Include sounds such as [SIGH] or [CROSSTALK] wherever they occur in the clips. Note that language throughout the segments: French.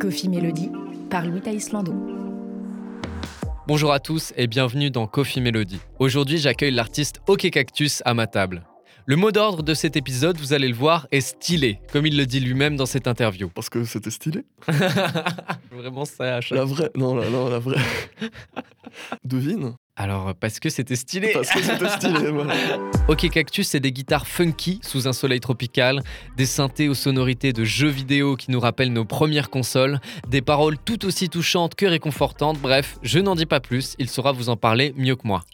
Coffee Melody par Louis Islando. Bonjour à tous et bienvenue dans Coffee Melody. Aujourd'hui, j'accueille l'artiste Hockey Cactus à ma table. Le mot d'ordre de cet épisode, vous allez le voir, est stylé, comme il le dit lui-même dans cette interview. Parce que c'était stylé. Vraiment ça à chaque- La vraie. Non, la, non, la vraie. Devine. Alors, parce que c'était stylé Parce que c'était stylé, voilà. Ok Cactus, c'est des guitares funky sous un soleil tropical, des synthés aux sonorités de jeux vidéo qui nous rappellent nos premières consoles, des paroles tout aussi touchantes que réconfortantes, bref, je n'en dis pas plus, il saura vous en parler mieux que moi.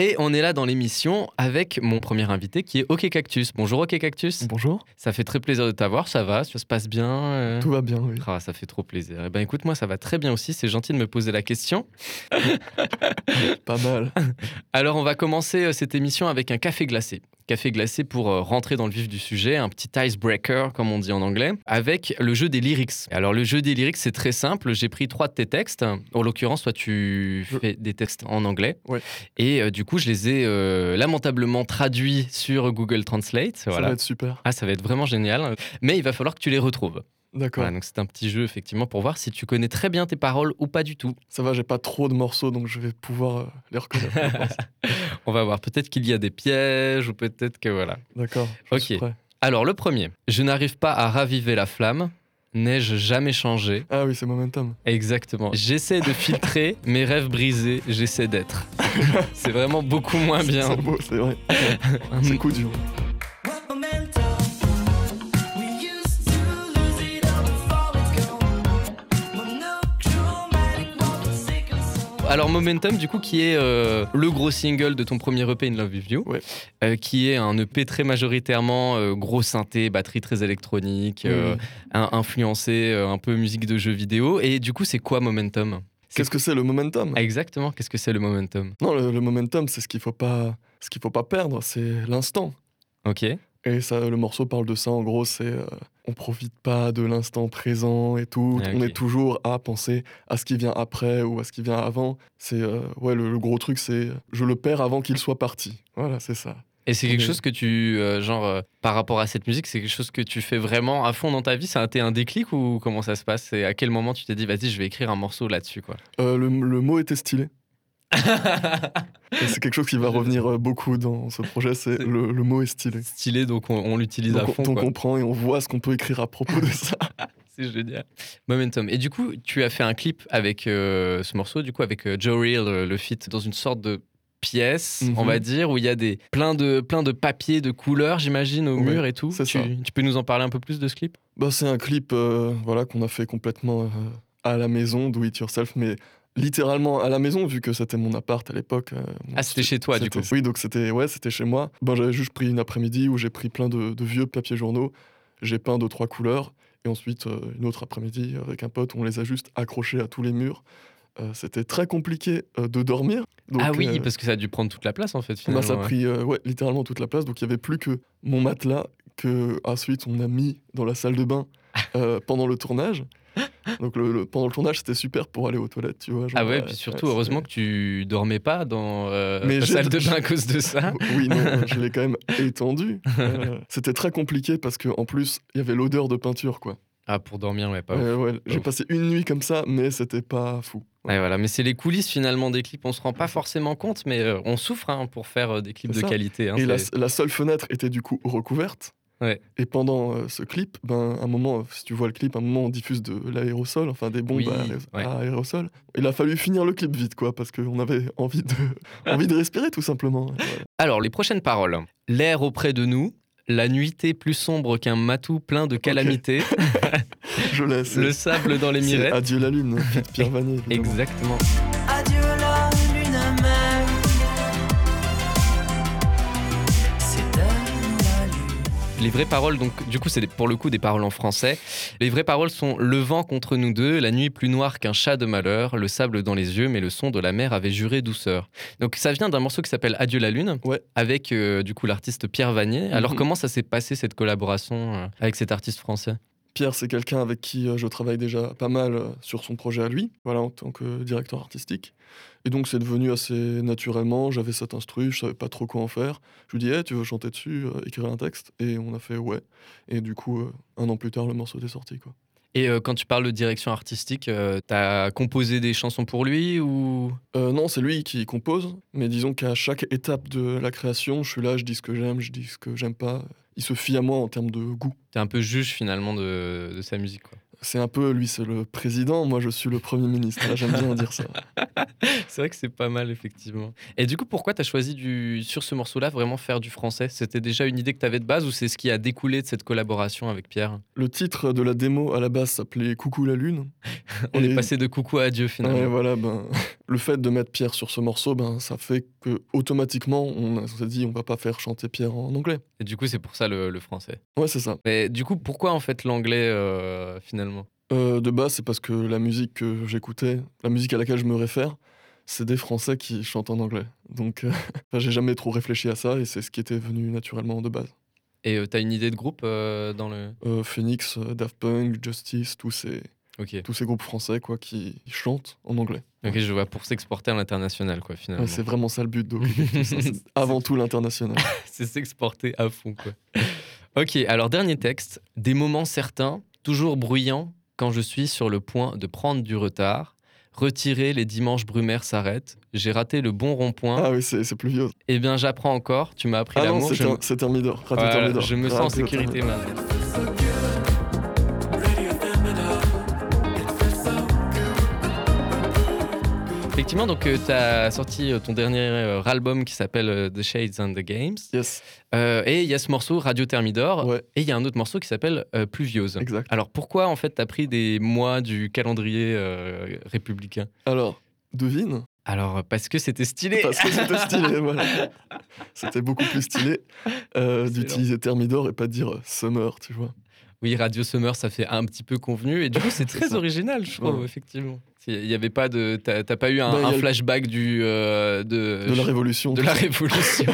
Et on est là dans l'émission avec mon premier invité qui est Ok Cactus. Bonjour Ok Cactus, Bonjour. ça fait très plaisir de t'avoir, ça va, ça se passe bien euh Tout va bien, oui. Ah, ça fait trop plaisir. Eh ben écoute, moi ça va très bien aussi, c'est gentil de me poser la question. Pas mal. Alors, on va commencer euh, cette émission avec un café glacé. Café glacé pour euh, rentrer dans le vif du sujet, un petit icebreaker, comme on dit en anglais, avec le jeu des lyrics. Alors, le jeu des lyrics, c'est très simple. J'ai pris trois de tes textes. En l'occurrence, toi, tu Je- fais des textes en anglais. Ouais. Et euh, du coup, je les ai euh, lamentablement traduits sur Google Translate. Ça va Voilà. être super. Ah, ça va être vraiment génial. Mais il va falloir que tu les retrouves. D'accord. Voilà, donc, c'est un petit jeu, effectivement, pour voir si tu connais très bien tes paroles ou pas du tout. Ça va, j'ai pas trop de morceaux, donc je vais pouvoir euh, les reconnaître. je pense. On va voir. Peut-être qu'il y a des pièges ou peut-être que voilà. D'accord. je Ok. suis prêt. Alors le premier, je n'arrive pas à raviver la flamme, n'ai-je jamais changé Ah oui, c'est Momentum. Exactement. J'essaie de [LAUGHS] filtrer mes rêves brisés, j'essaie d'être. [LAUGHS] C'est vraiment beaucoup moins Ah, bien. C'est beau, c'est vrai. C'est coup dur. Alors Momentum, du coup, qui est euh, le gros single de ton premier EP In Love With You, Ouais. euh, qui est un EP très majoritairement euh, gros synthé, batterie très électronique, euh, un- influencé euh, un peu musique de jeux vidéo. Et du coup, c'est quoi Momentum Qu'est-ce que c'est le Momentum Exactement, qu'est-ce que c'est le Momentum Non, le, le Momentum, c'est ce qu'il faut pas, ce qu'il faut pas perdre, c'est l'instant. Ok. Et ça, le morceau parle de ça. En gros, c'est euh, on profite pas de l'instant présent et tout. Ah, On ok. est toujours à penser à ce qui vient après ou à ce qui vient avant. C'est euh, ouais, le, le gros truc, c'est euh, je le perds avant qu'il soit parti. Voilà, c'est ça. Et c'est quelque Mais- chose que tu, euh, genre, euh, par rapport à cette musique, c'est quelque chose que tu fais vraiment à fond dans ta vie Ça a été un déclic ou comment ça se passe Et à quel moment tu t'es dit, vas-y, je vais écrire un morceau là-dessus, quoi Euh, le, le mot [LAUGHS] était stylé. Et c'est quelque chose qui va revenir euh, beaucoup dans ce projet. C'est C'est- le, le mot est stylé. Stylé, donc on, on l'utilise à Donc, fond, on quoi. comprend et on voit ce qu'on peut écrire à propos de ça. [LAUGHS] C'est génial. Momentum. Et du coup, tu as fait un clip avec euh, ce morceau, du coup, avec euh, Joe Real, euh, le feat, dans une sorte de pièce, Mhm. on va dire, où il y a des, plein, de, plein de papiers de couleurs, j'imagine, au Ouais, mur et tout. c'est tu, ça. tu peux nous en parler un peu plus de ce clip Bah, c'est un clip euh, voilà, qu'on a fait complètement euh, à la maison, do it yourself, mais littéralement à la maison, vu que c'était mon appart à l'époque. euh, mon Ah, c'était stu- chez toi, du c'était- coup. Oui, donc c'était ouais, c'était chez moi. Ben, J'avais juste pris une après-midi où j'ai pris plein de, de vieux papiers journaux, j'ai peint deux, trois couleurs, et ensuite euh, une autre après-midi avec un pote, on les a juste accrochés à tous les murs. Euh, c'était très compliqué euh, de dormir. Donc, Ah oui, euh, parce que ça a dû prendre toute la place, en fait, bah, finalement. ça a ouais. pris euh, ouais, littéralement toute la place, donc il n'y avait plus que mon matelas que ensuite on a mis dans la salle de bain [LAUGHS] euh, pendant le tournage. Donc le, le- pendant le tournage c'était super pour aller aux toilettes, tu vois. genre, Ah ouais, euh, puis surtout, ouais, heureusement que tu dormais pas dans euh, Mais la j'ai- salle de bain à cause de ça. c'était- [LAUGHS] [LAUGHS] Oui, non, je l'ai quand même étendu. Euh, c'était très compliqué parce qu'en plus il y avait l'odeur de peinture quoi. Ah, pour dormir, ouais, pas ouf. Euh, ouais, J'ai ouf. passé une nuit comme ça, mais c'était pas fou. Ouais, voilà. Mais c'est les coulisses finalement des clips, on se rend pas forcément compte, mais euh, on souffre hein, pour faire euh, des clips de C'est ça. qualité. hein, Et la, c'est- la seule fenêtre était du coup recouverte. Ouais. Et pendant euh, ce clip, ben, un moment, euh, si tu vois le clip, un moment on diffuse de l'aérosol, enfin des bombes Oui, à, aéros- ouais. à aérosol. Il a fallu finir le clip vite, quoi, parce qu'on avait envie de, [LAUGHS] envie de respirer tout simplement. Voilà. Alors, les prochaines paroles. L'air auprès de nous, la nuitée plus sombre qu'un matou plein de [LAUGHS] calamités, Je laisse. le sable dans les C'est mirettes. Adieu la lune, fit Pierre Vanier. [LAUGHS] évidemment. Exactement. Adieu la lune amère. C'est la lune. Les vraies paroles, donc, du coup, c'est des- pour le coup des paroles en français. Les vraies paroles sont Le vent contre nous deux, la nuit plus noire qu'un chat de malheur, le sable dans les yeux, mais le son de la mer avait juré douceur. Donc, ça vient d'un morceau qui s'appelle Adieu la Lune, Ouais. avec euh, du coup l'artiste Pierre Vanier. Alors, Mhm. comment ça s'est passé cette collaboration euh, avec cet artiste français Pierre, c'est quelqu'un avec qui euh, je travaille déjà pas mal euh, sur son projet à lui, voilà, en tant que directeur artistique. Et donc, c'est devenu assez naturellement. J'avais cet instru, je savais pas trop quoi en faire. Je lui dis, Eh, tu veux chanter dessus, euh, écrire un texte Et on a fait ouais. Et du coup, euh, un an plus tard, le morceau était sorti. Quoi. Et euh, quand tu parles de direction artistique, euh, t'as composé des chansons pour lui ou Euh, non, c'est lui qui compose, mais disons qu'à chaque étape de la création, je suis là, je dis ce que j'aime, je dis ce que j'aime pas. Il se fie à moi en termes de goût. t'es un peu juge finalement de, de sa musique quoi. C'est un peu, lui c'est le président, moi je suis le premier ministre. Là, J'aime bien dire ça. C'est vrai que c'est pas mal effectivement. Et du coup, pourquoi t'as choisi du sur ce morceau-là vraiment faire du français C'était déjà une idée que t'avais de base ou c'est ce qui a découlé de cette collaboration avec Pierre Le titre de la démo à la base s'appelait Coucou la lune. [LAUGHS] On Et- est passé de coucou à adieu Euh, Ouais, finalement. voilà, ben, le fait de mettre Pierre sur ce morceau, ben, ça fait que automatiquement on, on s'est dit on va pas faire chanter Pierre en anglais. Et du coup, c'est pour ça le, le français. Ouais, c'est ça. Mais du coup, pourquoi en fait l'anglais euh, finalement Euh, de base, c'est parce que la musique que j'écoutais, la musique à laquelle je me réfère, c'est des Français qui chantent en anglais. Donc, euh, [LAUGHS] enfin, j'ai jamais trop réfléchi à ça et c'est ce qui était venu naturellement de base. Et euh, t'as une idée de groupe euh, dans le. Euh, Phoenix, euh, Daft Punk, Justice, tous ces, Ok. tous ces groupes français quoi, qui chantent en anglais. Ok, je vois pour s'exporter à l'international quoi finalement. Ouais, c'est vraiment ça le [LAUGHS] but de tout ça, c'est avant tout l'international. c'est s'exporter à fond quoi. ok, alors dernier texte. Des moments certains, toujours bruyants, quand je suis sur le point de prendre du retard. Retirer les dimanches brumaires s'arrête. J'ai raté le bon rond-point. Ah oui, c'est c'est plus vieux. Eh bien, j'apprends encore. Tu m'as appris Ah non, l'amour. c'est Je, ter- me- c'est Thermidor. Radio Voilà, Thermidor. je me sens en Radio sécurité Thermidor. maintenant. Effectivement, donc tu as sorti euh, ton dernier euh, album qui s'appelle euh, The Shades and the Games. Yes, Euh, et il y a ce morceau Radio Thermidor. ouais, Et il y a un autre morceau qui s'appelle euh, Pluvieuse. exact. Alors pourquoi en fait t'as pris des mois du calendrier euh, républicain Alors, devine Alors parce que c'était stylé. Parce que c'était stylé, [LAUGHS] voilà. C'était beaucoup plus stylé euh, Excellent. d'utiliser Thermidor et pas de dire euh, Summer, tu vois. Oui, Radio Summer, ça fait un petit peu convenu et du coup c'est [LAUGHS] très ça. original, je trouve Ouais. effectivement. Il y avait pas de, t'as t'as pas eu un, Non, il y un a le- flashback du euh, de, De la révolution. de la révolution.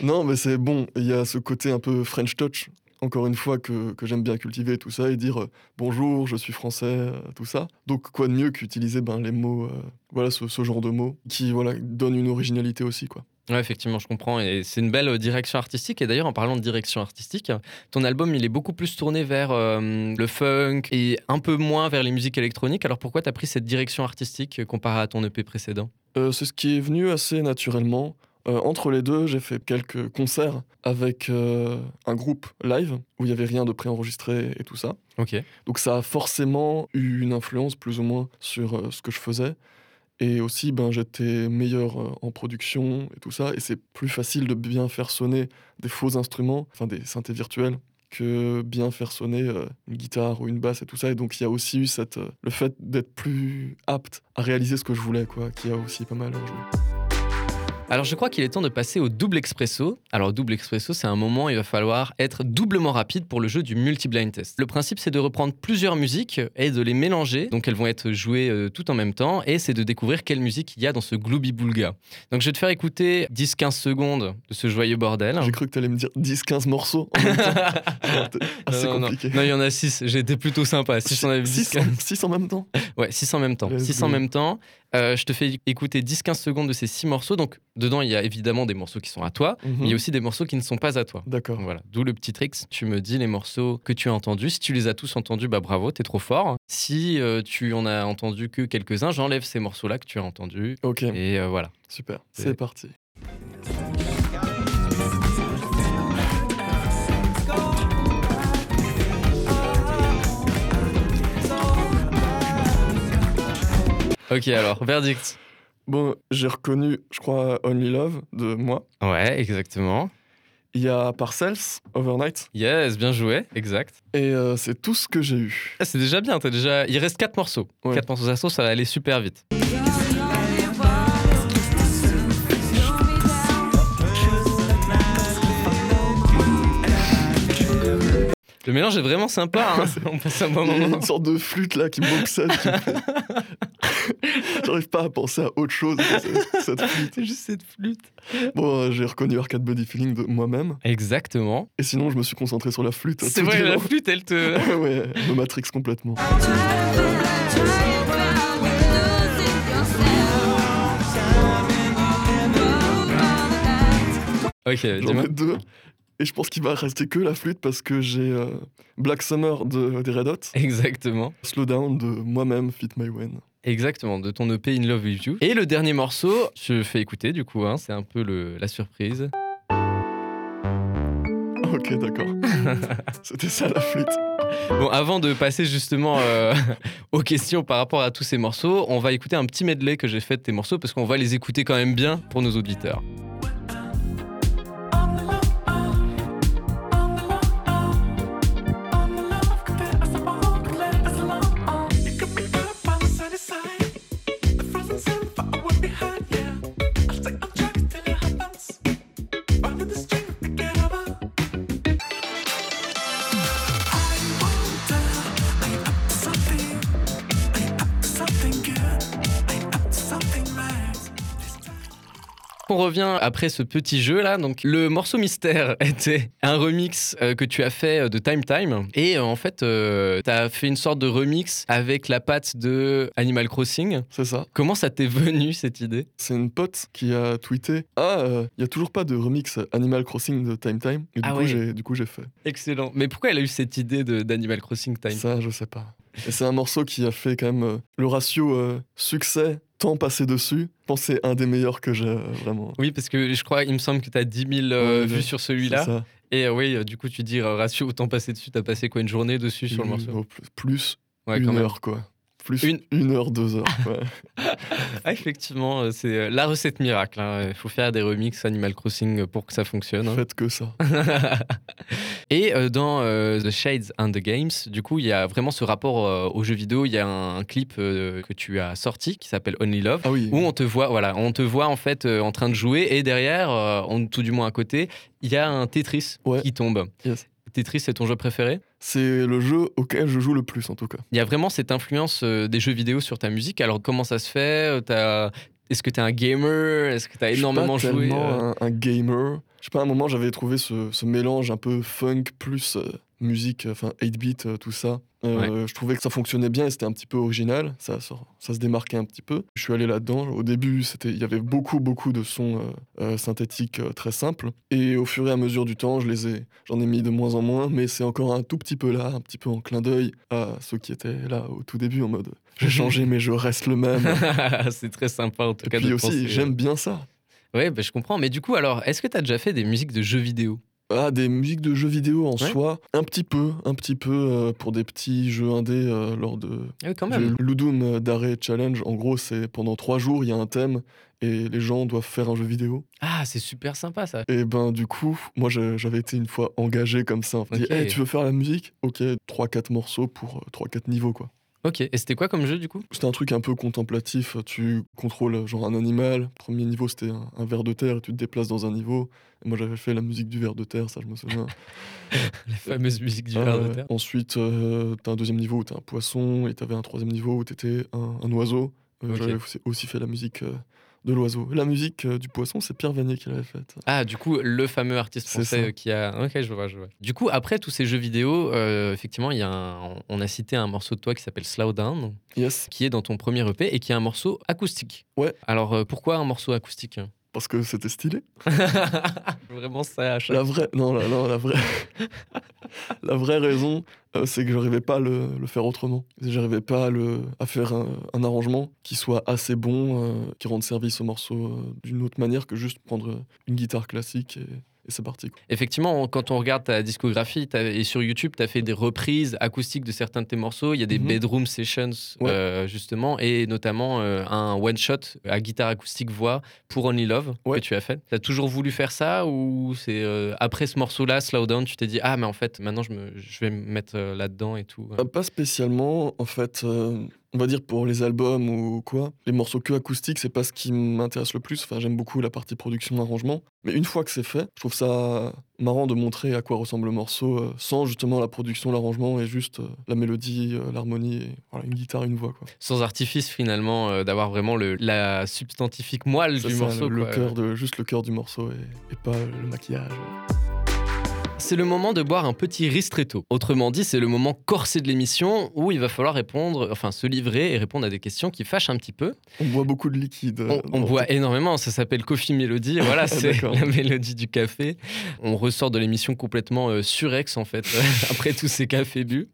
Non, mais c'est bon, il y a ce côté un peu French touch, encore une fois, que, que j'aime bien cultiver tout ça et dire euh, bonjour, je suis français, euh, tout ça. Donc, quoi de mieux qu'utiliser ben, les mots, euh, voilà, ce, ce genre de mots qui voilà, donne une originalité aussi, quoi. Ouais, effectivement, je comprends. Et c'est une belle euh, direction artistique. Et d'ailleurs, en parlant de direction artistique, euh, ton album, il est beaucoup plus tourné vers euh, le funk et un peu moins vers les musiques électroniques. Alors pourquoi t'as pris cette direction artistique euh, comparée à ton EP précédent Euh, c'est ce qui est venu assez naturellement. Euh, entre les deux, j'ai fait quelques concerts avec euh, un groupe live où il n'y avait rien de préenregistré et tout ça. Ok. Donc ça a forcément eu une influence plus ou moins sur euh, ce que je faisais. Et aussi, ben, j'étais meilleur euh, en production et tout ça. Et c'est plus facile de bien faire sonner des faux instruments, enfin des synthés virtuels, que bien faire sonner euh, une guitare ou une basse et tout ça. Et donc il y a aussi eu cette, euh, le fait d'être plus apte à réaliser ce que je voulais, quoi, qui a aussi pas mal joué. Alors je crois qu'il est temps de passer au double expresso. Alors double expresso, c'est un moment où il va falloir être doublement rapide pour le jeu du multi-blind test. Le principe, c'est de reprendre plusieurs musiques et de les mélanger. Donc elles vont être jouées euh, tout en même temps et c'est de découvrir quelle musique il y a dans ce gloobie-boulga. Donc je vais te faire écouter 10-15 secondes de ce joyeux bordel. [LAUGHS] J'ai cru que tu allais me dire 10-15 morceaux en même temps. C'était assez Non, non, non. compliqué. Ah, Non, il y en a 6. J'étais plutôt sympa. 6 en avait 10. 6 6 en même temps Ouais, 6 en même temps. Let's 6 en go. même temps. Euh, je te fais écouter 10-15 secondes de ces 6 morceaux. Donc dedans, il y a évidemment des morceaux qui sont à toi, mais il y a aussi des morceaux qui ne sont pas à toi. Mhm. D'accord. Voilà, d'où le petit trick. Tu me dis les morceaux que tu as entendus. Si tu les as tous entendus, bah bravo, t'es trop fort. Si euh, tu en as entendu que quelques-uns, j'enlève ces morceaux-là que tu as entendus. Ok, Et euh, voilà. super. Et- C'est parti. Ok, [LAUGHS] alors, verdict. Bon, j'ai reconnu, je crois, Only Love de moi. Ouais, exactement. Il y a Parcells, Overnight, Yes, bien joué, exact. et euh, c'est tout ce que j'ai eu. Ah, c'est déjà bien, t'as déjà. Il reste 4 morceaux. Ouais. 4 morceaux à sauce, ça va aller super vite. Le mélange est vraiment sympa, hein. [LAUGHS] on passe un bon Il y a moment. [LAUGHS] une sorte de flûte là qui m'obsède. qui me fait- [LAUGHS] J'arrive pas à penser à autre chose que ce- cette flûte. C'est juste cette flûte. Bon, euh, j'ai reconnu Arcade Body Feeling de moi-même, Exactement. et sinon je me suis concentré sur la flûte. hein, C'est tout vrai, du la long. flûte, Bah, elle [LAUGHS] te. Ouais, [LAUGHS] ouais, me matrix complètement. Ok, J'en dis-moi. mets deux. Et je pense qu'il va rester que la flûte parce que j'ai euh, Black Summer de, des Red Hot, Exactement. Slow Down de moi-même, Fit My Wen. Exactement, de ton EP In Love With You. Et le dernier morceau, je fais écouter du coup, hein, c'est un peu le- la surprise. [LAUGHS] Ok, [LAUGHS] d'accord. C'était ça la flûte. Bon, avant de passer justement euh, [LAUGHS] aux questions par rapport à tous ces morceaux, on va écouter un petit medley que j'ai fait de tes morceaux parce qu'on va les écouter quand même bien pour nos auditeurs. On revient après ce petit jeu là. Donc le morceau mystère [LAUGHS] était un remix euh, que tu as fait euh, de Time Time et euh, en fait tu as fait une sorte de remix avec la patte de Animal Crossing. C'est ça. Comment ça t'est [LAUGHS] venu cette idée C'est une pote qui a tweeté Ah, il n'y a toujours pas de remix Animal Crossing de Time Time. Et du Ah coup, ouais. j'ai- du coup, j'ai fait. Excellent. Mais pourquoi elle a eu cette idée de- d'Animal Crossing Time Ça, je sais pas. Et c'est un morceau qui a fait quand même euh, le ratio euh, succès, temps passé dessus. Je pense que c'est un des meilleurs que j'ai, euh, vraiment. Oui, parce que je crois, il me semble que tu as 10 000 euh, Ouais, ouais, vues sur celui-là. C'est ça. Et euh, oui, euh, du coup, tu dis euh, ratio, autant passer dessus. T'as passé quoi, une journée dessus sur le Une- morceau oh, plus- Plus Ouais, une quand même. heure, quoi. Plus Une- une, heure, deux heures. [LAUGHS] ouais. Ah, effectivement, euh, c'est euh, la recette miracle. hein. Il faut faire des remixes Animal Crossing euh, pour que ça fonctionne. hein. [LAUGHS] Faites que ça. Et euh, dans euh, The Shades and the Games, du coup, il y a vraiment ce rapport euh, aux jeux vidéo. Il y a un, un clip euh, que tu as sorti qui s'appelle Only Love. Ah oui. Où on te voit, voilà, on te voit en fait euh, en train de jouer et derrière, euh, en, tout du moins à côté, il y a un Tetris Ouais. qui tombe. Yes. Tetris, c'est ton jeu préféré C'est le jeu auquel je joue le plus, en tout cas. Il y a vraiment cette influence euh, des jeux vidéo sur ta musique. Alors comment ça se fait euh, T'as- Est-ce que tu es un gamer Est-ce que tu as énormément je suis pas joué tellement euh, un, un gamer. Je sais pas, à un moment, j'avais trouvé ce, ce mélange un peu funk plus euh, musique, euh, enfin 8-bit, euh, tout ça. Euh, Je trouvais que ça fonctionnait bien et c'était un petit peu original. Ça, ça, ça se démarquait un petit peu. Je suis allé là-dedans. Au début, c'était- il y avait beaucoup, beaucoup de sons euh, euh, synthétiques euh, très simples. Et au fur et à mesure du temps, je les ai, j'en ai mis de moins en moins, mais c'est encore un tout petit peu là, un petit peu en clin d'œil à ceux qui étaient là au tout début, en mode [LAUGHS] j'ai changé, mais je reste le même. c'est très sympa en tout euh, et cas. puis de aussi, penser- j'aime bien ça. Ouais, bah, je comprends. Mais du coup, alors, est-ce que tu as déjà fait des musiques de jeux vidéo Ah, des musiques de jeux vidéo en Ouais. soi, un petit peu, un petit peu euh, pour des petits jeux indés euh, lors de Ah Oui, quand du même. Ludum d'arrêt challenge. En gros, c'est pendant trois jours, il y a un thème et les gens doivent faire un jeu vidéo. Ah, c'est super sympa ça. Et ben du coup, moi je- j'avais été une fois engagé comme ça. On dit, Ok. Hey, tu veux faire la musique Ok, trois quatre morceaux pour euh, trois quatre niveaux quoi. Ok. Et c'était quoi comme jeu du coup C'était un truc un peu contemplatif. Tu contrôles euh, genre un animal. Premier niveau, c'était un, un ver de terre et tu te déplaces dans un niveau. Et moi j'avais fait la musique du ver de terre, ça je me souviens. La fameuse musique du Ah verre de ouais. terre. Ensuite, euh, t'as un deuxième niveau où t'as un poisson, et t'avais un troisième niveau où t'étais un, un oiseau. Euh, Ok. J'avais aussi- aussi fait la musique euh, de l'oiseau. La musique euh, du poisson, c'est Pierre Vanier qui l'avait faite. Ah, du coup, le fameux artiste C'est français ça. euh, qui a. Ok, je vois, je vois. Du coup, après tous ces jeux vidéo, euh, effectivement, il y a un- on a cité un morceau de toi qui s'appelle Slow Down. Yes, qui est dans ton premier EP et qui est un morceau acoustique. Ouais. Alors euh, pourquoi un morceau acoustique hein parce que c'était stylé. Vraiment ça à chaque- La vraie, non, la, non, la vraie, [LAUGHS] la vraie raison, euh, c'est que j'arrivais pas à le, le faire autrement. J'arrivais pas à, le, à faire un, un arrangement qui soit assez bon, euh, qui rende service au morceau euh, d'une autre manière que juste prendre euh, une guitare classique et, et c'est parti. quoi. Effectivement, on- quand on regarde ta discographie t'as- et sur YouTube, tu as fait des reprises acoustiques de certains de tes morceaux. Il y a des Mhm. bedroom sessions Ouais. euh, justement et notamment euh, un one shot à guitare acoustique voix pour Only Love Ouais. que tu as fait. Tu as toujours voulu faire ça ou c'est euh, après ce morceau-là, Slow Down, tu t'es dit ah mais en fait maintenant je, me- je vais me mettre euh, là-dedans et tout. Euh, Pas spécialement, en fait. euh, on va dire pour les albums ou quoi. Les morceaux que acoustiques, c'est pas ce qui m'intéresse le plus. Enfin, j'aime beaucoup la partie production, arrangement. Mais une fois que c'est fait, je trouve ça marrant de montrer à quoi ressemble le morceau euh, sans justement la production, l'arrangement et juste euh, la mélodie, euh, l'harmonie, et, voilà, une guitare, une voix. Quoi. sans artifice finalement euh, d'avoir vraiment le, la substantifique moelle Ça, du c'est morceau. le quoi. cœur de, juste le cœur du morceau et, et pas le maquillage. C'est le moment de boire un petit ristretto. Autrement dit, c'est le moment corsé de l'émission où il va falloir répondre, enfin se livrer et répondre à des questions qui fâchent un petit peu. On boit beaucoup de liquide. euh, On, on boit énormément, ça s'appelle Coffee [LAUGHS] Melody, voilà, c'est D'accord. la mélodie du café. On ressort de l'émission complètement euh, surex en fait, [LAUGHS] après tous ces cafés bu.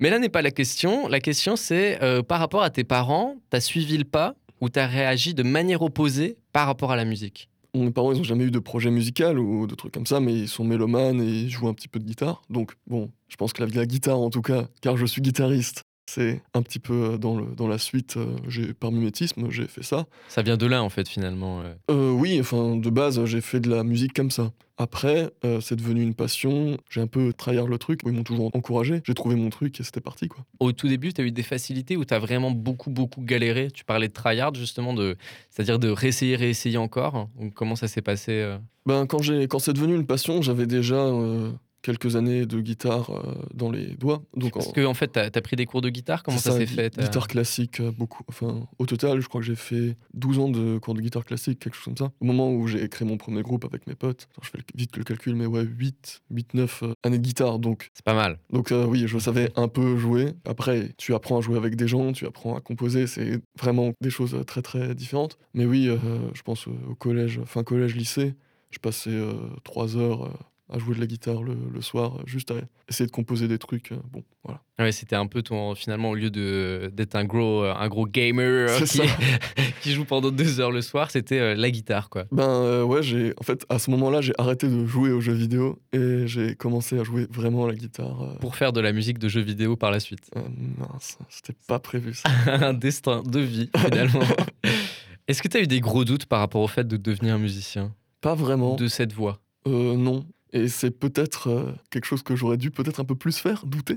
Mais là n'est pas la question, la question c'est euh, par rapport à tes parents, t'as suivi le pas ou t'as réagi de manière opposée par rapport à la musique Mes parents, ils n'ont jamais eu de projet musical ou de trucs comme ça, mais ils sont mélomanes et ils jouent un petit peu de guitare. Donc, bon, je pense que la, la guitare, en tout cas, car je suis guitariste, c'est un petit peu euh, dans, le, dans la suite. euh, j'ai Par mimétisme, j'ai fait ça. Ça vient de là en fait finalement. euh. Euh, oui, enfin, de base, j'ai fait de la musique comme ça. Après, euh, c'est devenu une passion. J'ai un peu trahir le truc. Ils m'ont toujours encouragé. J'ai trouvé mon truc et c'était parti, quoi. Au tout début, t'as eu des facilités ou t'as vraiment beaucoup beaucoup galéré Tu parlais de tryhard justement, de, c'est-à-dire de réessayer, réessayer encore. Ou Comment ça s'est passé euh Ben, quand, j'ai- quand c'est devenu une passion, j'avais déjà euh, quelques années de guitare euh, dans les doigts. Donc, Parce en- que en fait, t'as as pris des cours de guitare. Comment c'est ça, s'est gui- fait t'as- Guitare classique, euh, beaucoup. Enfin, au total, je crois que j'ai fait 12 ans de cours de guitare classique, quelque chose comme ça. Au moment où j'ai créé mon premier groupe avec mes potes, Attends, je fais le- vite le calcul, mais ouais, 8, 8 9 euh, années de guitare. Donc, C'est pas mal. Donc euh, oui, je savais un peu jouer. Après, tu apprends à jouer avec des gens, tu apprends à composer, c'est vraiment des choses euh, très très différentes. Mais oui, euh, je pense euh, au collège, fin collège, lycée, je passais euh, trois heures euh, à jouer de la guitare le, le soir, euh, juste à essayer de composer des trucs. euh, bon, voilà. Ouais, c'était un peu ton finalement au lieu de d'être un gros un gros gamer euh, C'est qui, ça. [LAUGHS] qui joue pendant deux heures le soir, c'était euh, la guitare quoi. Ben euh, ouais, j'ai en fait à ce moment-là, j'ai arrêté de jouer aux jeux vidéo et j'ai commencé à jouer vraiment à la guitare. euh. Pour faire de la musique de jeux vidéo par la suite. [LAUGHS] Euh, mince, c'était pas prévu ça. un destin de vie [LAUGHS] finalement. Est-ce que tu as eu des gros doutes par rapport au fait de devenir musicien Pas vraiment. de cette voix Euh, non. Et c'est peut-être euh, quelque chose que j'aurais dû peut-être un peu plus faire, [LAUGHS] douter.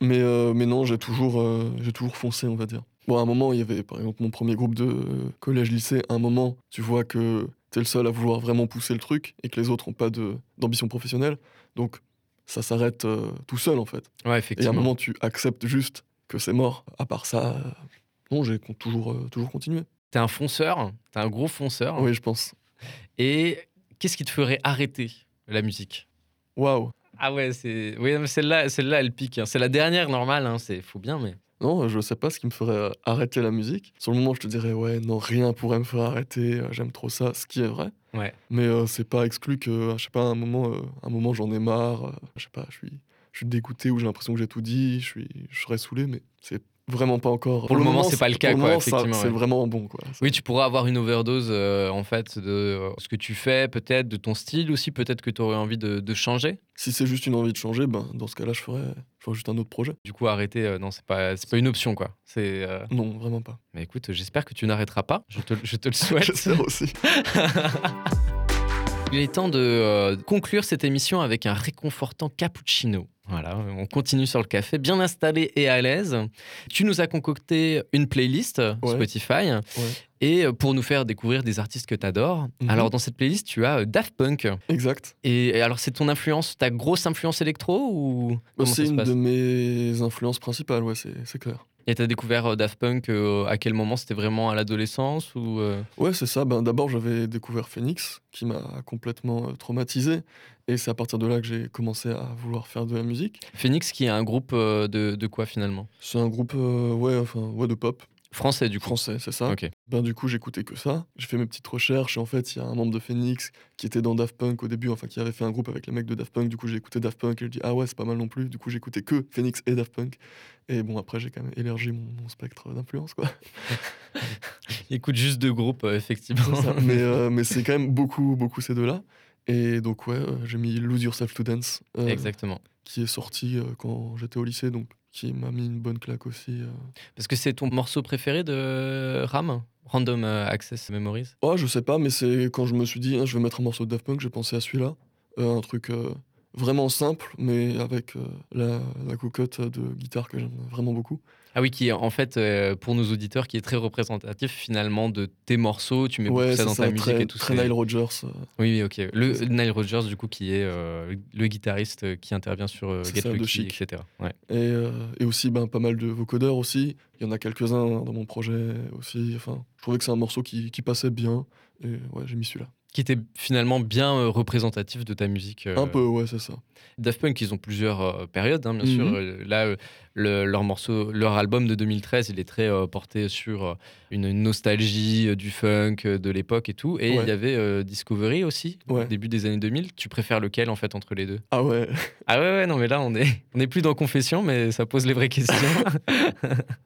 mais, euh, mais non, j'ai toujours, euh, j'ai toujours foncé, on va dire. Bon, à un moment, il y avait par exemple mon premier groupe de euh, collège-lycée. À un moment, tu vois que t'es le seul à vouloir vraiment pousser le truc et que les autres n'ont pas de- d'ambition professionnelle. Donc, ça s'arrête euh, tout seul, en fait. Ouais, Et à un effectivement. moment, tu acceptes juste que c'est mort. À part ça, euh, non, j'ai con- toujours, euh, toujours continué. T'es un fonceur, t'es un gros fonceur. Oui, je pense. Et qu'est-ce qui te ferait arrêter la musique Waouh. Ah ouais, c'est oui, non, mais celle-là, celle-là, elle pique. hein. C'est la dernière normale, hein. c'est faut bien, mais Non, euh, je sais pas ce qui me ferait euh, arrêter la musique. Sur le moment, je te dirais, ouais, non, rien pourrait me faire arrêter, euh, j'aime trop ça, ce qui est vrai. Ouais. Mais euh, c'est pas exclu que, euh, je sais pas, à un moment, euh, un moment j'en ai marre, euh, je sais pas, je suis, je suis dégoûté ou j'ai l'impression que j'ai tout dit, je, suis, je serais saoulé, mais c'est vraiment pas encore. Pour le moment, c'est pas le cas, Pour quoi, le moment, ça- effectivement, c'est ouais. vraiment bon, quoi. C'est- Oui, tu pourras avoir une overdose euh, en fait de euh, ce que tu fais, peut-être de ton style aussi, peut-être que tu aurais envie de, de changer. Si c'est juste une envie de changer, ben, dans ce cas-là, je ferais, je ferais juste un autre projet. Du coup, arrêter, euh, non, c'est pas, c'est pas une option quoi. C'est, euh, Non, vraiment pas. mais écoute, j'espère que tu n'arrêteras pas. Je te, je [LAUGHS] te le souhaite. J'espère aussi. Il est temps de euh, conclure cette émission avec un réconfortant cappuccino. Voilà, on continue sur le café, bien installé et à l'aise. Tu nous as concocté une playlist Spotify et euh, pour nous faire découvrir des artistes que tu adores. Mhm. Alors, dans cette playlist, tu as euh, Daft Punk. Exact. Et, et alors, c'est ton influence, ta grosse influence électro ou Ben, comment ça c'est se une passe de mes influences principales, ouais, c'est c'est clair. Et t'as découvert euh, Daft Punk euh, à quel moment C'était vraiment à l'adolescence ou euh, Ouais, c'est ça. Ben, D'abord, j'avais découvert Phoenix, qui m'a complètement euh, traumatisé. Et c'est à partir de là que j'ai commencé à vouloir faire de la musique. Phoenix, qui est un groupe euh, de, de quoi finalement C'est un groupe euh, ouais, enfin, ouais, de pop Français du coup. français, c'est ça. Ok. Ben, du coup, j'écoutais que ça. J'ai fait mes petites recherches. Et en fait, il y a un membre de Phoenix qui était dans Daft Punk au début, enfin, qui avait fait un groupe avec les mecs de Daft Punk. Du coup, j'ai écouté Daft Punk et je dis, ah ouais, c'est pas mal non plus. Du coup, j'écoutais que Phoenix et Daft Punk. Et bon, après, j'ai quand même élargi mon, mon spectre d'influence, quoi. Écoute juste deux groupes, euh, effectivement. [LAUGHS] C'est ça. [LAUGHS] mais euh, mais c'est quand même beaucoup, beaucoup ces deux-là. Et donc, ouais, euh, j'ai mis Lose Yourself to Dance, euh, Exactement. qui est sorti euh, quand j'étais au lycée, donc qui m'a mis une bonne claque aussi. euh. Parce que c'est ton morceau préféré de RAM Random euh, Access Memories Oh, je sais pas, mais c'est quand je me suis dit, hein, je vais mettre un morceau de Daft Punk, j'ai pensé à celui-là. Euh, un truc euh, vraiment simple, mais avec euh, la, la cocotte de guitare que j'aime vraiment beaucoup. Ah oui, qui est en fait, euh, pour nos auditeurs, qui est très représentatif finalement de tes morceaux. Tu mets beaucoup ouais, ça c'est dans ça, ta musique très, et tout ça. très Nile Rodgers. euh, Oui, oui, ok. Le C'est ça. Nile Rodgers, du coup, qui est euh, le guitariste euh, qui intervient sur euh, C'est Get ça, de Lucky, Chic. etc. Ouais. Et, euh, et aussi ben, pas mal de vocodeurs aussi. Il y en a hein, quelques-uns dans mon projet aussi. Enfin, je trouvais que c'est un morceau qui, qui passait bien. Et ouais, j'ai mis celui-là. qui était finalement bien euh, représentatif de ta musique. euh, Un peu, ouais, c'est ça. Daft Punk, ils ont plusieurs euh, périodes, hein, bien Mhm. sûr. Euh, Là, euh, le- leur morceau, leur album de 2013, il est très euh, porté sur euh, une nostalgie euh, du funk euh, de l'époque et tout. Et Ouais. il y avait euh, Discovery aussi, au Ouais. début des années 2000. Tu préfères lequel en fait entre les deux Ah ouais. [LAUGHS] Ah ouais, ouais, non, mais là, on est, [LAUGHS] on est plus dans Confession, mais ça pose les vraies [LAUGHS] questions.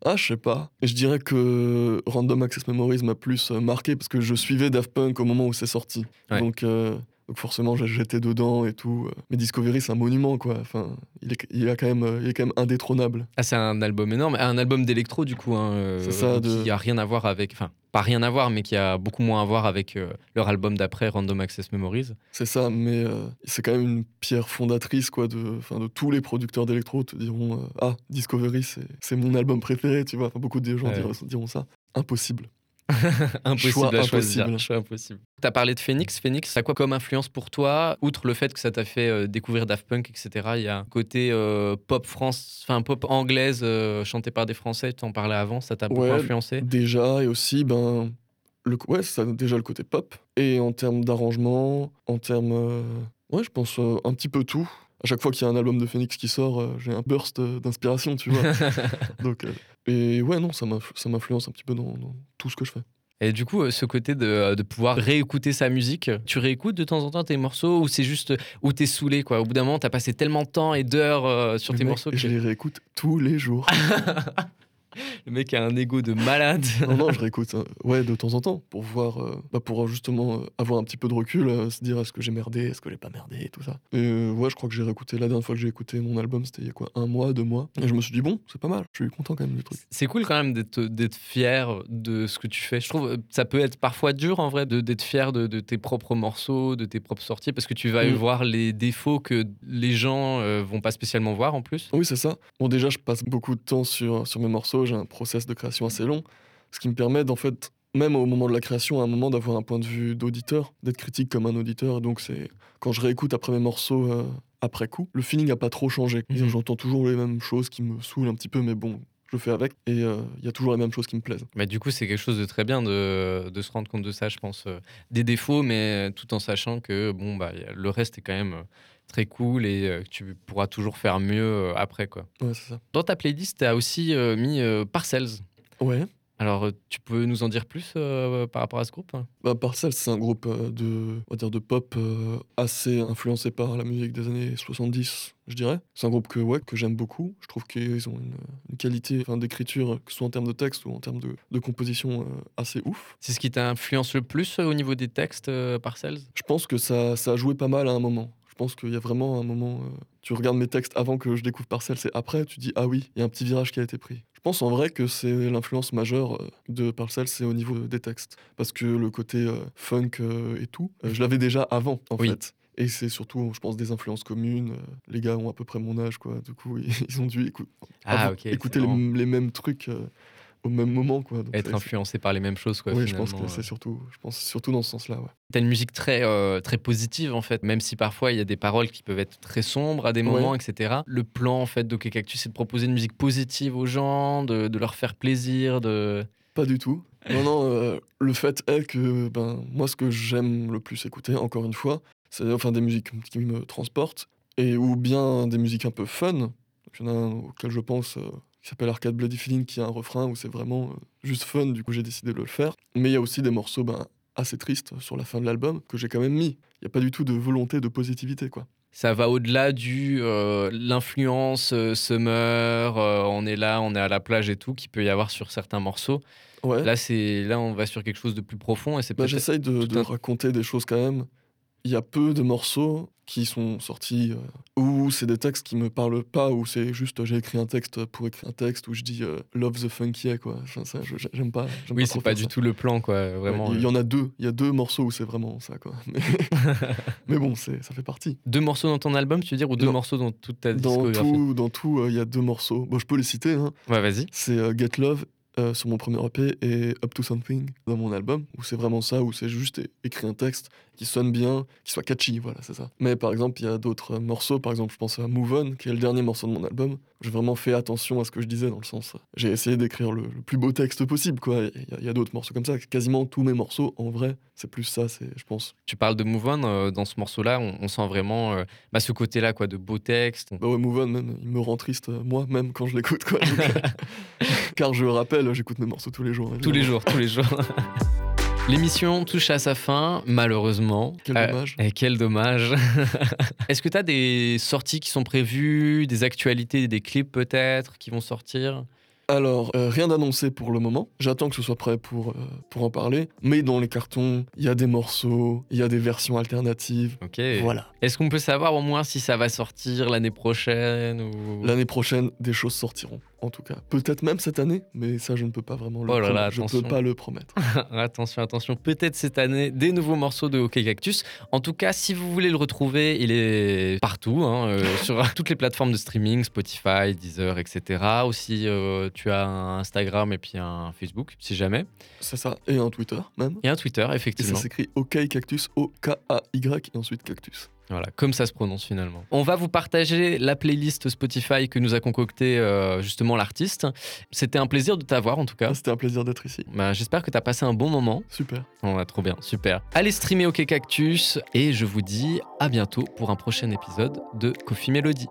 Ah, je sais pas. Je dirais que Random Access Memories m'a plus euh, marqué parce que je suivais Daft Punk au moment où c'est sorti. Ouais. Donc, euh, donc forcément, j'ai- j'étais dedans et tout. Euh, Mais Discovery, c'est un monument, quoi. Enfin, il est, il a quand même, euh, il est quand même indétrônable. ah, c'est un album énorme, Ah, un album d'électro du coup, hein, euh, C'est ça, de- qui a rien à voir avec, enfin, pas rien à voir, mais qui a beaucoup moins à voir avec euh, leur album d'après, Random Access Memories. C'est ça, mais euh, c'est quand même une pierre fondatrice, quoi, de, enfin, de tous les producteurs d'électro te diront euh, Ah, Discovery, c'est c'est mon album préféré, tu vois. Enfin, beaucoup de gens Ouais. diront, diront ça. Impossible. impossible Choix à choisir. impossible. Choix impossible. T'as parlé de Phoenix. Phoenix, ça a quoi comme influence pour toi Outre le fait que ça t'a fait euh, découvrir Daft Punk, etc. Il y a un côté euh, pop France, enfin pop anglaise euh, chantée par des Français. T'en parlais avant, ça t'a beaucoup Ouais. influencé. Déjà, et aussi, ben, le, co- ouais, ça, déjà le côté pop. Et en termes d'arrangement, en termes. euh, ouais, je pense euh, un petit peu tout. À chaque fois qu'il y a un album de Phoenix qui sort, euh, j'ai un burst euh, d'inspiration, tu vois. Donc, euh, et ouais, non, ça m'inf- ça m'influence un petit peu dans, dans tout ce que je fais. [LAUGHS] Et du coup, euh, ce côté de, de pouvoir réécouter sa musique, tu réécoutes de temps en temps tes morceaux ou c'est juste où t'es saoulé quoi Au bout d'un moment, t'as passé tellement de temps et d'heures euh, sur Le tes mec, morceaux que Je les réécoute tous les jours. le mec a un ego de malade. [LAUGHS] non, non, je réécoute, euh, ouais, de temps en temps, pour voir, euh, bah, pour justement euh, avoir un petit peu de recul, euh, se dire est-ce que j'ai merdé, est-ce que j'ai pas merdé, et tout ça. Et euh, ouais, je crois que j'ai réécouté, la dernière fois que j'ai écouté mon album, c'était il y a quoi, un mois, deux mois. Et je me suis dit, bon, c'est pas mal, je suis content quand même du truc. C'est cool quand même d'être d'être fier de ce que tu fais. Je trouve euh, ça peut être parfois dur en vrai de- d'être fier de, de tes propres morceaux, de tes propres sorties, parce que tu vas Mm. voir les défauts que les gens euh, vont pas spécialement voir en plus. Oui, c'est ça. Bon, déjà, je passe beaucoup de temps sur, sur mes morceaux, j'ai un process de création assez long, ce qui me permet, en fait, même au moment de la création, à un moment d'avoir un point de vue d'auditeur, d'être critique comme un auditeur. Donc, c'est quand je réécoute après mes morceaux euh, après coup, le feeling n'a pas trop changé. Mhm. J'entends toujours les mêmes choses qui me saoulent un petit peu, mais bon, je fais avec. Et euh, il y a toujours les mêmes choses qui me plaisent. Mais du coup, c'est quelque chose de très bien de, de se rendre compte de ça, je pense. euh, Des défauts, mais tout en sachant que bon, bah, y a- le reste est quand même euh, très cool et euh, que tu pourras toujours faire mieux euh, après. quoi. Ouais, c'est ça. Dans ta playlist, tu as aussi euh, mis euh, Parcells. Ouais. Alors, euh, tu peux nous en dire plus euh, par rapport à ce groupe hein Bah, Parcel, c'est un groupe euh, de, on va dire de pop euh, assez influencé par la musique des années 70, je dirais. C'est un groupe que, ouais, que j'aime beaucoup. Je trouve qu'ils ont une, une qualité enfin, d'écriture, que ce soit en termes de texte ou en termes de, de composition, euh, assez ouf. C'est ce qui t'influence le plus euh, au niveau des textes, euh, Parcells Je pense que ça, ça a joué pas mal à un moment. Je pense qu'il y a vraiment un moment. euh, tu regardes mes textes avant que je découvre Parcel, c'est après, tu dis, ah oui, il y a un petit virage qui a été pris. Je pense en vrai que c'est l'influence majeure euh, de Parcel, c'est au niveau des textes. Parce que le côté euh, funk euh, et tout, euh, je l'avais déjà avant, en Oui. fait. Et c'est surtout, je pense, des influences communes. Euh, Les gars ont à peu près mon âge, quoi. Du coup, [LAUGHS] ils ont dû écou- avoir- Ah, ok. écouter c'est les, marrant. m- les mêmes trucs euh, au même moment, quoi. Donc, Être c'est- influencé par les mêmes choses, quoi. Oui, je pense que finalement, c'est euh. surtout, je pense surtout dans ce sens-là. ouais. T'as une musique très, euh, très positive, en fait, même si parfois il y a des paroles qui peuvent être très sombres à des moments, etc. Le plan, en fait, de OK Cactus, c'est de proposer une musique positive aux gens, de, de leur faire plaisir, de. Pas du tout. Non, non, euh, le fait est que ben, moi, ce que j'aime le plus écouter, encore une fois, c'est enfin, des musiques qui me transportent, et ou bien des musiques un peu fun. Il y en a un auquel je pense euh, qui s'appelle Arcade Bloody Feeling, qui a un refrain où c'est vraiment euh, juste fun, du coup j'ai décidé de le faire. Mais il y a aussi des morceaux ben, assez tristes sur la fin de l'album que j'ai quand même mis. Il n'y a pas du tout de volonté de positivité, quoi. Ça va au-delà du euh, l'influence euh, summer, euh, on est là, on est à la plage et tout, qu'il peut y avoir sur certains morceaux. Ouais. Là, c'est là, on va sur quelque chose de plus profond et c'est Bah, peut-être J'essaye de, tout de un- raconter des choses quand même. Il y a peu de morceaux qui sont sortis euh, où c'est des textes qui me parlent pas, où c'est juste euh, j'ai écrit un texte pour écrire un texte, où je dis euh, love the funky, yeah, quoi. Enfin, ça, je- j'aime pas. j'aime Oui, trop c'est pas faire du ça. tout le plan, quoi. Vraiment. Ouais, Il euh. y, en a deux. Il y a deux morceaux où c'est vraiment ça, quoi. [LAUGHS] [LAUGHS] Mais, mais bon, c'est- ça fait partie. Deux morceaux dans ton album, tu veux dire, ou deux Non. morceaux dans toute ta Dans discographie tout, dans tout, euh, il y a deux morceaux. Bon, je peux les citer. hein. Ouais, vas-y. C'est euh, Get Love euh, sur mon premier EP et Up to Something dans mon album, où c'est vraiment ça, où c'est juste é- écrit un texte qui sonne bien, qui soit catchy, voilà, c'est ça. Mais par exemple, il y a d'autres euh, morceaux, par exemple, je pense à Move On, qui est le dernier morceau de mon album. J'ai vraiment fait attention à ce que je disais, dans le sens, euh, j'ai essayé d'écrire le, le plus beau texte possible, quoi. Il y a- il y a, d'autres morceaux comme ça, quasiment tous mes morceaux, en vrai, c'est plus ça, c'est, je pense. Tu parles de Move On, euh, dans ce morceau-là, on, on sent vraiment euh, bah, ce côté-là, quoi, de beau texte. Bah ouais, Move On, même, il me rend triste, euh, moi, même quand je [LAUGHS] l'écoute, quoi. Donc, euh, Car je rappelle, j'écoute mes morceaux tous les jours. Tous les évidemment. jours, tous les jours. [LAUGHS] L'émission touche à sa fin, malheureusement. Quel Euh, dommage. Et quel dommage. [LAUGHS] Est-ce que tu as des sorties qui sont prévues, des actualités, des clips peut-être qui vont sortir Alors, euh, rien d'annoncé pour le moment. J'attends que ce soit prêt pour, euh, pour en parler. Mais dans les cartons, il y a des morceaux, il y a des versions alternatives. Ok. Voilà. Est-ce qu'on peut savoir au moins si ça va sortir l'année prochaine ou... L'année prochaine, des choses sortiront, en tout cas. Peut-être même cette année, mais ça, je ne peux pas vraiment le Oh là promettre. là, je ne attention. peux pas le promettre. [LAUGHS] Attention, attention. Peut-être cette année, des nouveaux morceaux de Hockey Cactus. En tout cas, si vous voulez le retrouver, il est partout, hein, [LAUGHS] euh, sur toutes les plateformes de streaming, Spotify, Deezer, etc. Aussi, euh, tu as un Instagram et puis un Facebook, si jamais. C'est ça. Et un Twitter, même. Et un Twitter, Et ça effectivement. s'écrit OK Cactus, O-K-A-Y, et ensuite Cactus. Voilà, comme ça se prononce finalement. On va vous partager la playlist Spotify que nous a concocté euh, justement l'artiste. C'était un plaisir de t'avoir en tout cas. Ah, C'était un plaisir d'être ici. Bah, J'espère que t'as passé un bon moment. Super. On va trop bien, super. Allez streamer OK Cactus et je vous dis à bientôt pour un prochain épisode de Coffee Melody.